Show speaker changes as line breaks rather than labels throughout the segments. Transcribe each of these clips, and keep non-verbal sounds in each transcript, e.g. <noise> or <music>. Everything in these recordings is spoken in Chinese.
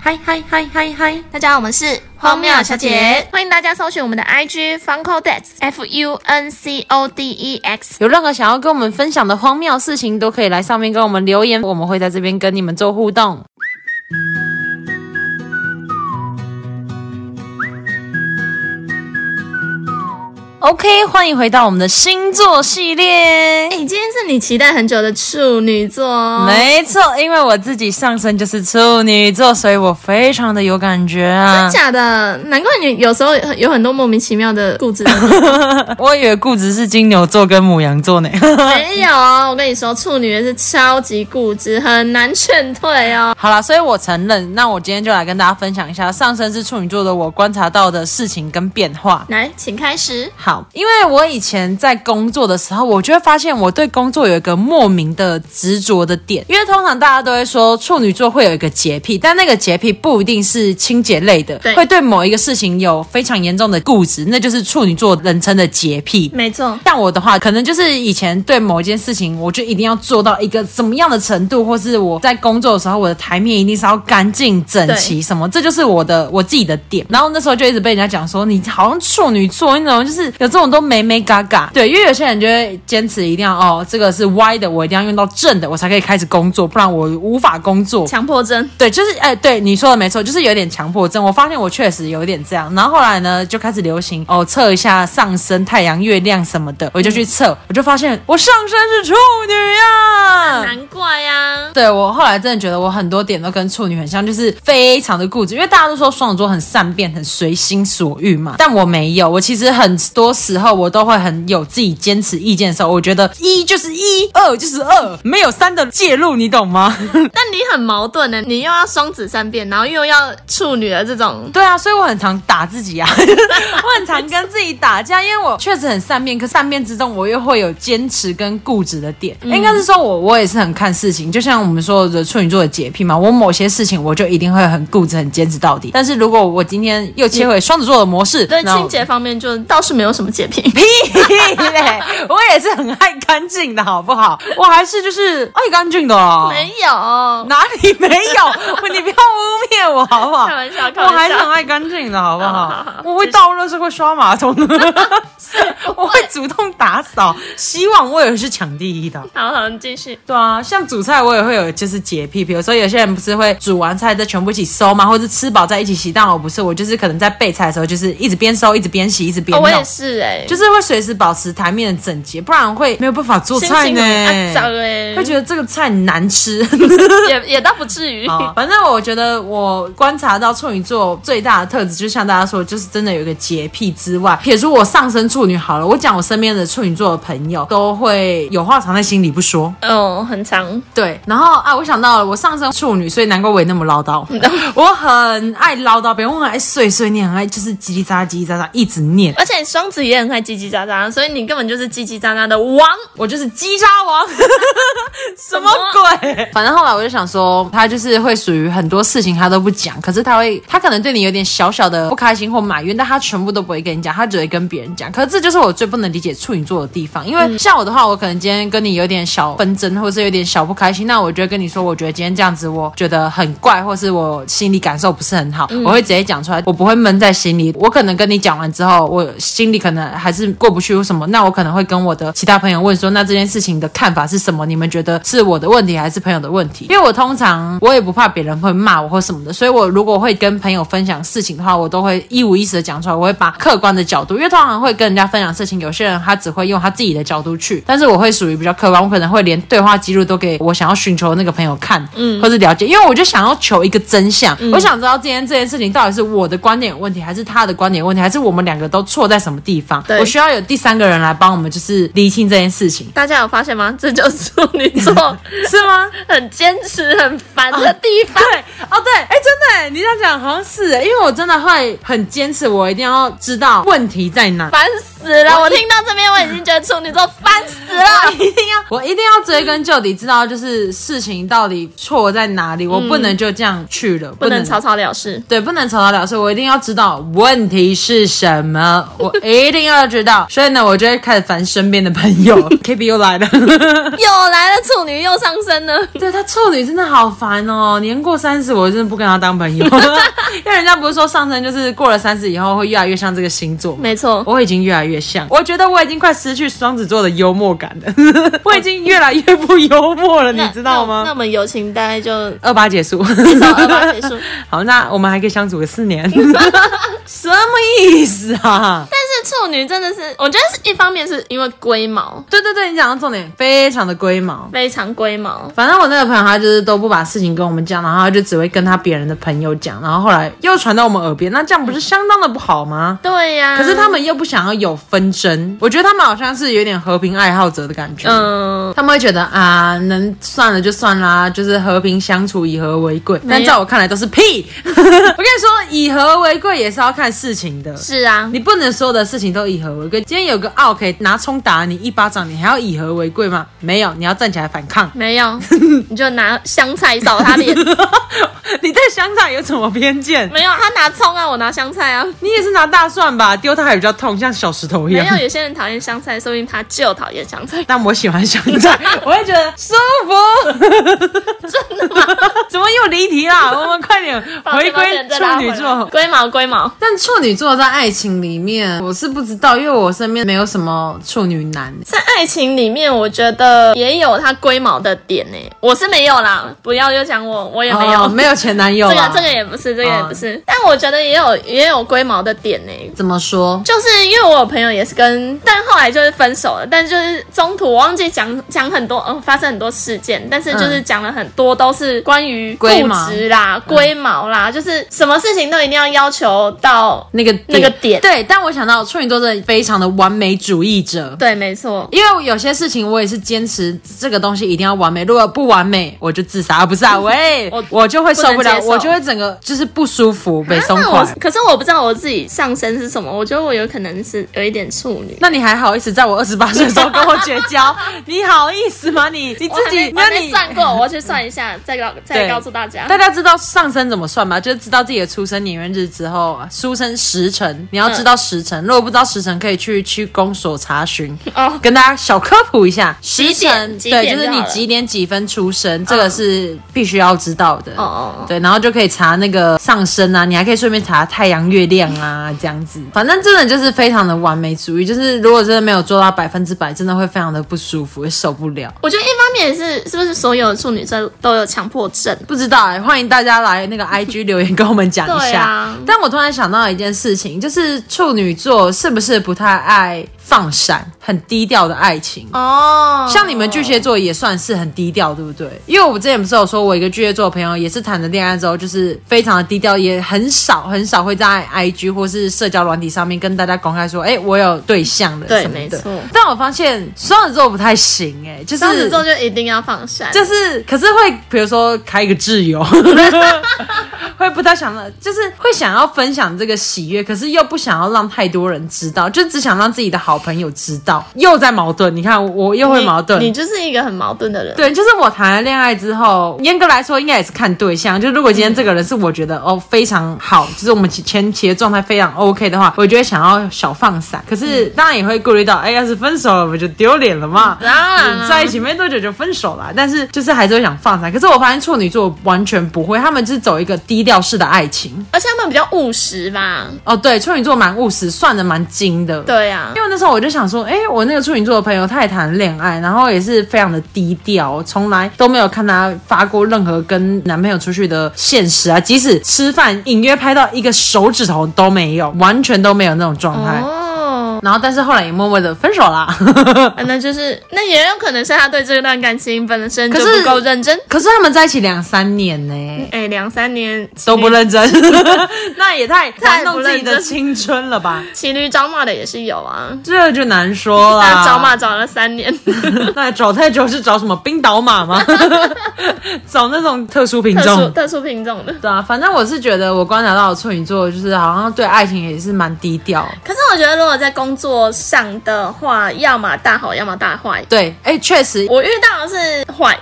嗨嗨嗨嗨嗨！
大家好，我们是
荒谬小姐，
欢迎大家搜寻我们的 IG funcodex f u n c o d e x。
有任何想要跟我们分享的荒谬事情，都可以来上面跟我们留言，我们会在这边跟你们做互动。OK，欢迎回到我们的星座系列
哎、。今天是你期待很久的处女座哦，
没错，因为我自己上身就是处女座，所以我非常的有感觉
真。
啊
假的？难怪你有时候有很多莫名其妙的固 <laughs> 执的地方。
我以为固执是金牛座跟母羊座呢。
没有，我跟你说，处女也是超级固执，很难劝退哦。
好啦，所以我承认。那我今天就来跟大家分享一下上升是处女座的我观察到的事情跟变化。
来，请开始。
好，因为我以前在工作的时候，我就会发现我对工作有一个莫名的执着的点。因为通常大家都会说处女座会有一个洁癖，但那个洁癖不一定是清洁类的
对，
会对某一个事情有非常严重的固执，那就是处女座人称的洁癖。
没错，
像我的话，可能就是以前对某一件事情，我就一定要做到一个怎么样的程度，或是我在工作的时候，我的台面一定是要干净整齐，什么，这就是我的我自己的点。然后那时候就一直被人家讲说，你好像处女座，你怎么就是有这种都美美嘎嘎？对，因为有些人就会坚持一定要哦，这个是歪的，我一定要用到正的，我才可以开始工作，不然我无法工作。
强迫症。
对，就是哎、对你说的没错，就是有点强迫症。我发现我确实有点这样，然后后来呢，就开始流行哦，测一下上升、太阳、月亮什么的，我就去测，我就发现我上升是处女啊。
难怪呀、
对我后来真的觉得我很多点都跟处女很像，就是非常的固执，因为大家都说双子座很善变、很随心所欲嘛，但我没有，我其实很多时候我都会很有自己坚持意见的时候，我觉得一就是一，二就是二，没有三的介入，你懂吗？
但你很矛盾呢，你又要双子善变，然后又要处女的这种，
对啊，所以我很常打自己啊， <laughs> 我很常跟自己打架，因为我确实很善变，可善变之中我又会有坚持跟固执的点。
嗯
应该是说我我也是很看事情，就像我们说的处女座的洁癖嘛，我某些事情我就一定会很固执、很坚持到底。但是如果我今天又切回双子座的模式，
对
然后
清洁方面就倒是没有什么洁癖。
屁嘞， <laughs> 我也是很爱干净的好不好？我还是就是爱干净的、哦。
没有，
<laughs> 哪里
<laughs>
没有？你不要污蔑我好不好？
开玩笑开玩笑
我还是很爱干净的好不好？
好好 <laughs> 好
我会倒垃圾，会刷马桶， <laughs> 我会主动打扫。希望我也是抢第一的。
好好，你继续。
对啊，像煮菜我也会有就是洁癖，比如说有些人不是会煮完菜再全部一起收吗？或者吃饱再一起洗？但我不是，我就是可能在备菜的时候就是一直边收一直边洗，一直边
哦，
弄。
我也是哎、
就是会随时保持台面的整洁，不然会没有办法做
心
菜
情
呢
很，肮脏哎，
会觉得这个菜难吃。
也也倒不至
<laughs>
于。
啊，反正我觉得我观察到处女座最大的特质，就像大家说，就是真的有一个洁癖之外，撇除我上升处女好了，我讲我身边的处女座的朋友都会有话藏在心里不说。
嗯，很长，
对，然后啊，我想到了，我上升处女，所以难怪我也那么唠叨。我很爱唠叨，别人我很爱碎碎念，很爱就是叽叽喳喳、叽叽喳喳一直念，
而且双子也很爱叽叽喳喳，所以你根本就是叽叽喳喳的王。
我就是叽喳 <laughs> 王，什么鬼？反正后来我就想说，他就是会属于很多事情他都不讲，可是他会，他可能对你有点小小的不开心或埋怨，但他全部都不会跟你讲，他只会跟别人讲。可是这就是我最不能理解处女座的地方，因为嗯像我的话，我可能今天跟你有点小纷争，或是有点小不开心，那我就会跟你说，我觉得今天这样子，我觉得很怪，或是我心里感受不是很好，我会直接讲出来，我不会闷在心里。我可能跟你讲完之后，我心里可能还是过不去或什么，那我可能会跟我的其他朋友问说，那这件事情的看法是什么？你们觉得是我的问题还是朋友的问题？因为我通常我也不怕别人会骂我或什么的，所以我如果会跟朋友分享事情的话，我都会一五一十的讲出来，我会把客观的角度，因为通常会跟人家分享事情，有些人他只会用他自己的角度去，但是我会属于比较客观，我可能会连对话记录都给我想要寻求的那个朋友看，嗯，或是了解，因为我就想要求一个真相，我想知道今天这件事情到底是我的观点有问题，还是他的观点有问题，还是我们两个都错在什么地方？
对
我需要有第三个人来帮我们，就是厘清这件事情，
大家有发现吗？这就是处女座
是吗？
很坚持、很烦的地方。
对，哦对，哎，真的耶，你这样讲好像是耶，因为我真的会很坚持，我一定要知道问题在哪。
烦死死了！我听到这边我已经觉得处女座烦死了。
<laughs> 一定要，我一定要追根究底，知道就是事情到底错在哪里，我不能就这样去了，
不能草草了事。
对，不能草草了事，我一定要知道问题是什 <laughs> 么，我一定要知道。所以呢，我就会开始烦身边的朋 <laughs> 友。K B 又来了，
又来了，处女又上升了。
对他处女真的好烦哦，年过三十，我真的不跟他当朋友， <laughs> 因为人家不是说上升就是过了三十以后会越来越像这个星座吗。
没错，
我已经越来越像，我觉得我已经快失去双子座的幽默感了， <laughs> 我已经越来越不幽默了，你
那
知道
那那
吗？
我们友情大概就
二八结束，
到二八结束。
<laughs> 好，那我们还可以相处个四
<laughs>
年， <laughs> 什么意思啊？
但是处女真的是，我觉得是一方面是因为龟毛，
对对对，你讲到重点，非常的龟毛。
非常龟毛。
反正我那个朋友，他就是都不把事情跟我们讲，然后他就只会跟他别人的朋友讲，然后后来又传到我们耳边，那这样不是相当的不好吗？
对呀、
可是他们又不想要有纷争，我觉得他们好像是有点和平爱好者的感觉。
嗯，
他们会觉得啊，能算了就算啦，就是和平相处，以和为贵。但在我看来都是屁。我跟你说，以和为贵也是要看事情的。
是啊，。
你不能所有的事情都以和为贵。今天有个奥可以拿冲打你一巴掌，你还要以和为贵吗？没有，你要站起来反抗
没有，你就拿香菜扫他脸。 <laughs>
<laughs> 你对香肠有什么偏见？
没有，他拿葱啊，我拿香菜啊。
你也是拿大蒜吧？丢它还比较痛，像小石头一
没
样。
有，。有些人讨厌香菜，说明他就讨厌香菜
但我喜欢香
<laughs>
菜，我会觉得舒 <laughs> 服。
真的吗？
怎么又离题
<laughs>
啦？我们快点回归处女座。
龟毛龟毛。
但处女座在爱情里面，我是不知道，因为我身边没有什么处女男。
在爱情里面，我觉得也有他龟毛的点呢、我是没有啦，不要又讲我，我也没有。
哦没有前男友
这
啊
个这个也不是，这个也
哦
不是。但我觉得也有也有龟毛的点呢、
怎么说？
就是因为我有朋友也是跟，但后来就是分手了，但就是中途我忘记讲讲很多，嗯、发生很多事件，但是就是讲了很多都是关于固
嗯龟毛嗯
执啦、龟毛啦，就是什么事情都一定要要求到，
那个
那个点
对，但我想到处女座真的非常的完美主义者。
对，没错，
因为我有些事情我也是坚持这个东西一定要完美，如果不完美我就自杀，啊不
<laughs>
是啊，喂，
我
我就会受不
不能
了，
接受啊
我就会整个就是不舒服，被松
那
垮。
我可是我不知道我自己上身是什么，我觉得我有可能是有一点处女。
那你还好意思在我二十八岁的时
<laughs>
候跟我绝交？你好意思吗？你你
我
自
还
己
没，我
那
还没
你
算过，我要去算一下，再告再
对
告诉大家。
大家知道上升怎么算吗？就是知道自己的出生年月日之后，出生时辰，你要知道时辰。如果不知道时辰，可以去去公所查询。
哦，
跟大家小科普一下，时
几
辰
点几
对，
点
就是
就
你
好了嗯
几点几分出生，这个是必须要知道的。
哦哦
对，然后就可以查那个上升啊，你还可以顺便查太阳、月亮啊，这样子。反正真的就是非常的完美主义，就是如果真的没有做到百分之百，真的会非常的不舒服，会受不了。
我觉得一方面也是，是不是所有处女座都有强迫症？
不知道哎、欢迎大家来
<laughs>
那个 IG 留言跟我们讲一
对
下。
啊
但我突然想到一件事情，就是处女座是不是不太爱放闪、很低调的爱情？
哦，
像你们巨蟹座也算是很低调，对不对？因为我之前不是有说，我一个巨蟹座的朋友也是谈了恋爱之后，就是非常的低调，也很少很少会在 IG 或是社交软体上面跟大家公开说，哎、我有对象了
对
什么
没
的
错。
但我发现双子座不太行、哎，就是
双子座就一定要放闪，
就是，可是会比如说开个挚友， <laughs> 会不太想了，就是会想要分享这个喜悦，可是又不想要让太多人知道，就只想让自己的好朋友知道，又在矛盾。你看我我又会矛盾
你，你就是一个很矛盾的人。
对，就是我谈了恋爱之后，严格来说应该也是看对象。就如果今天这个人是我觉得、哦非常好，就是我们前期的状态非常 OK 的话，我就会想要小放闪。可是当然也会顾虑到，哎，要是分手了不就丢脸了嘛？
当然啊
在一起没多久就分手了，但是就是还是会想放闪。可是我发现处女座完全不会，他们就是走一个低调式的爱情。
而且他们比较务实吧？
哦，对，处女座蛮务实，算的蛮精的。
对啊呀、
因为那时候我就想说，哎、我那个处女座的朋友，他也谈恋爱，然后也是非常的低调，从来都没有看他发过任何跟男朋友出去的现实啊，即使吃饭隐约拍到一个手指头都没有，完全都没有那种状态。
哦，
然后，但是后来也默默的分手啦。 <laughs>
啊那就是那也有可能是他对这段感情本身就
可是
不够认真。
可是他们在一起两三年呢、
哎，两三年
都不，
<laughs>
认真， <laughs> 那也太
太
玩
不
弄自己的
认真
青春了
<laughs>
吧？
骑驴找马的也是有啊。
这就难说了。
那找马找了三
<laughs>
年，
那找太久是找什么冰岛马吗？ <laughs> 找那种特殊品
特殊
种？
特殊品种的。
对啊，反正我是觉得我观察到的处女座就是好像对爱情也是蛮低调。
可是我觉得，如果在工工作上的话，要么大好，要么大坏。
对，哎、确实，
我遇到的是坏，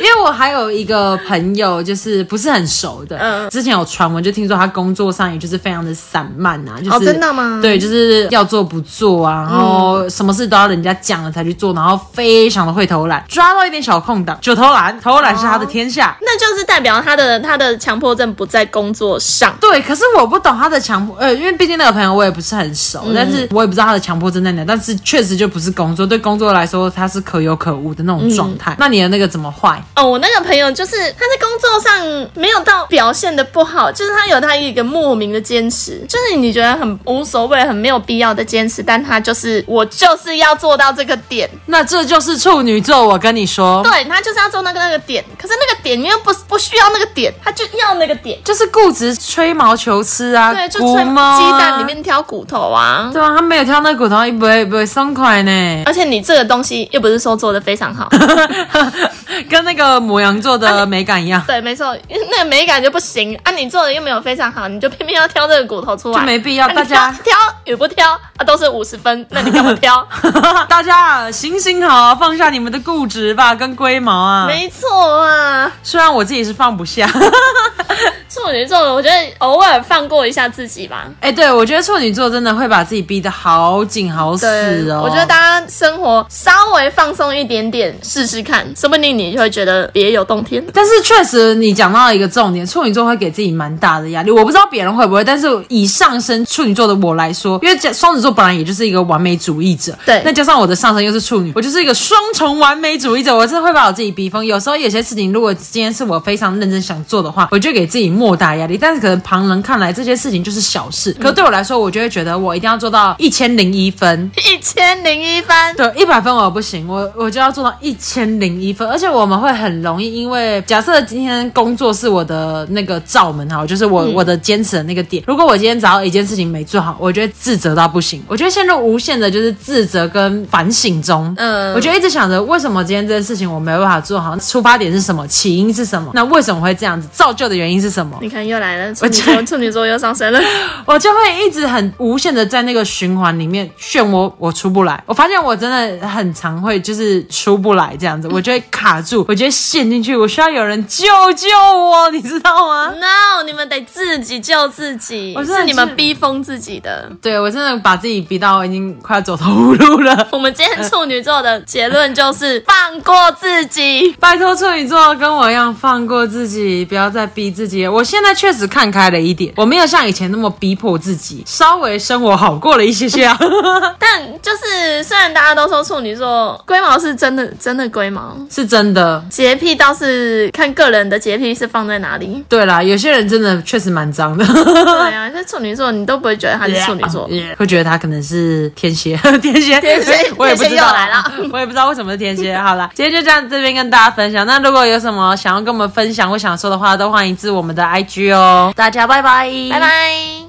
因为我还有一个朋友，就是不是很熟的，
嗯
之前有传闻就听说他工作上也就是非常的散漫啊，就
<laughs>
是、
哦真的 <laughs> 吗嗯
对，就是要做不做啊，然后什么事都要人家讲了才去做，然后非常的会偷懒，抓到一点小空档就偷懒，偷懒是
哦
他的天下。
那就是代表他的他的强迫症不在工作上。
对，可是我不懂他的强迫，呃，因为毕竟那个朋友我也不是很熟，
嗯
但是我也不知道他的强迫症在哪，但是确实就不是工作，对工作来说他是可有可无的那种状
嗯
态。那你的那个怎么坏？
哦，我那个朋友就是他在工作上没有到表现的不好，就是他有他一个莫名的坚持，就是你觉得很无所谓、很没有必要的坚持，但他就是我就是要做到这个点，
那这就是处女座，我跟你说。
对他就是要做那个那个点，可是那个点又不不需要那个点，他就要那个点，
就是固执吹毛求疵啊，
对，就
骨
从
猫啊
鸡蛋里，面挑骨头啊。
对啊，他没有挑那骨头，也不会不会松快呢， <laughs>
而且你这个东西又不是说做的非常好，
跟那个母羊座
啊
的美感一样， <laughs>
对，没错， <laughs> 那个美感就不行啊！你做的又没有非常好，你就偏偏要挑这个骨头出来，
就没必要
啊你
大家
挑挑与不挑啊，都是五十分，那你干
<laughs>
嘛挑？
大家啊行行好，放下你们的固执吧，跟龟毛啊。
没错啊，
虽然我自己是放不下，
处女座，我觉得偶尔放过一下自己吧。
哎、对我觉得处女座真的会把自己逼得好紧好死
对，
哦。
我觉得大家生活稍微放松一点点，试试看，说不定你就会觉得别有洞天。
但是确实，你讲到一个重点，处女座会给自己蛮大的压力。我不知道别人会不会，但是以上升处女座的我来说，因为讲双子座本来也就是一个完美主义者，
对
那加上我的上升又是处女，我就是一个双重完美主义者，我真的会把我自己逼疯。有时候有些事情，如果今天是我非常认真想做的话，我就给自己莫大压力。但是可能旁人看来这些事情就是小事，
嗯
可对我来说，我就会觉得我一定要做到一千零一分，
一千零一分，
对，一百分我不行，我我就要做到一千零一分，而且我们会很容易，因为假设今天工作是我的那个罩门哈，就是我、我的坚持的那个点。如果我今天找到一件事情没做好，我就会自责到不行，我就会陷入无限的就是自责跟反省中。
嗯
我就一直想着为什么今天这件事情我没办法做好，出发点是什么，起因是什么，那为什么会这样子，造就的原因是什么？
你看又来了，处女
我
座，处女座又上升了。
我就会一直很无限的在那个循环里面漩涡，我出不来。我发现我真的很常会就是出不来这样子，我就会卡住，我就会陷进去，我需要有人救救我，你知道吗？
No，你们得自己救自己，
我真的
是你
是
们逼疯自己
<laughs>
的。
<laughs> 对我真的把自己逼到已经快要走投无路了。
我们今天处女座的结论就是 <laughs> 放过自己。
<laughs> 拜托处女座跟我一样放过自己，不要再逼自己了。我现在确实看开了一点，我没有像以前那么逼迫自己，稍微生活好过了一些些啊。 <laughs>
但就是，虽然大家都说处女座龟毛是真的，真的龟毛，
是真的，。
洁癖倒是看个人的洁癖是放在哪里
<laughs> 对啦，有些人真的确实蛮脏的。
对啊，这处女座你都不会觉
啊
得他是处女座。
会觉得他可能是天蝎， <laughs> 天蝎，
天蝎
我也不知
天
道
蝎又来了，
<laughs> 我也不知道为什么是天蝎。好了，今天就这样，这边跟大家分享。那如果有什么想要跟我们分享或想说的话，都欢迎至我们的 IG 哦。大家拜拜，
拜。拜。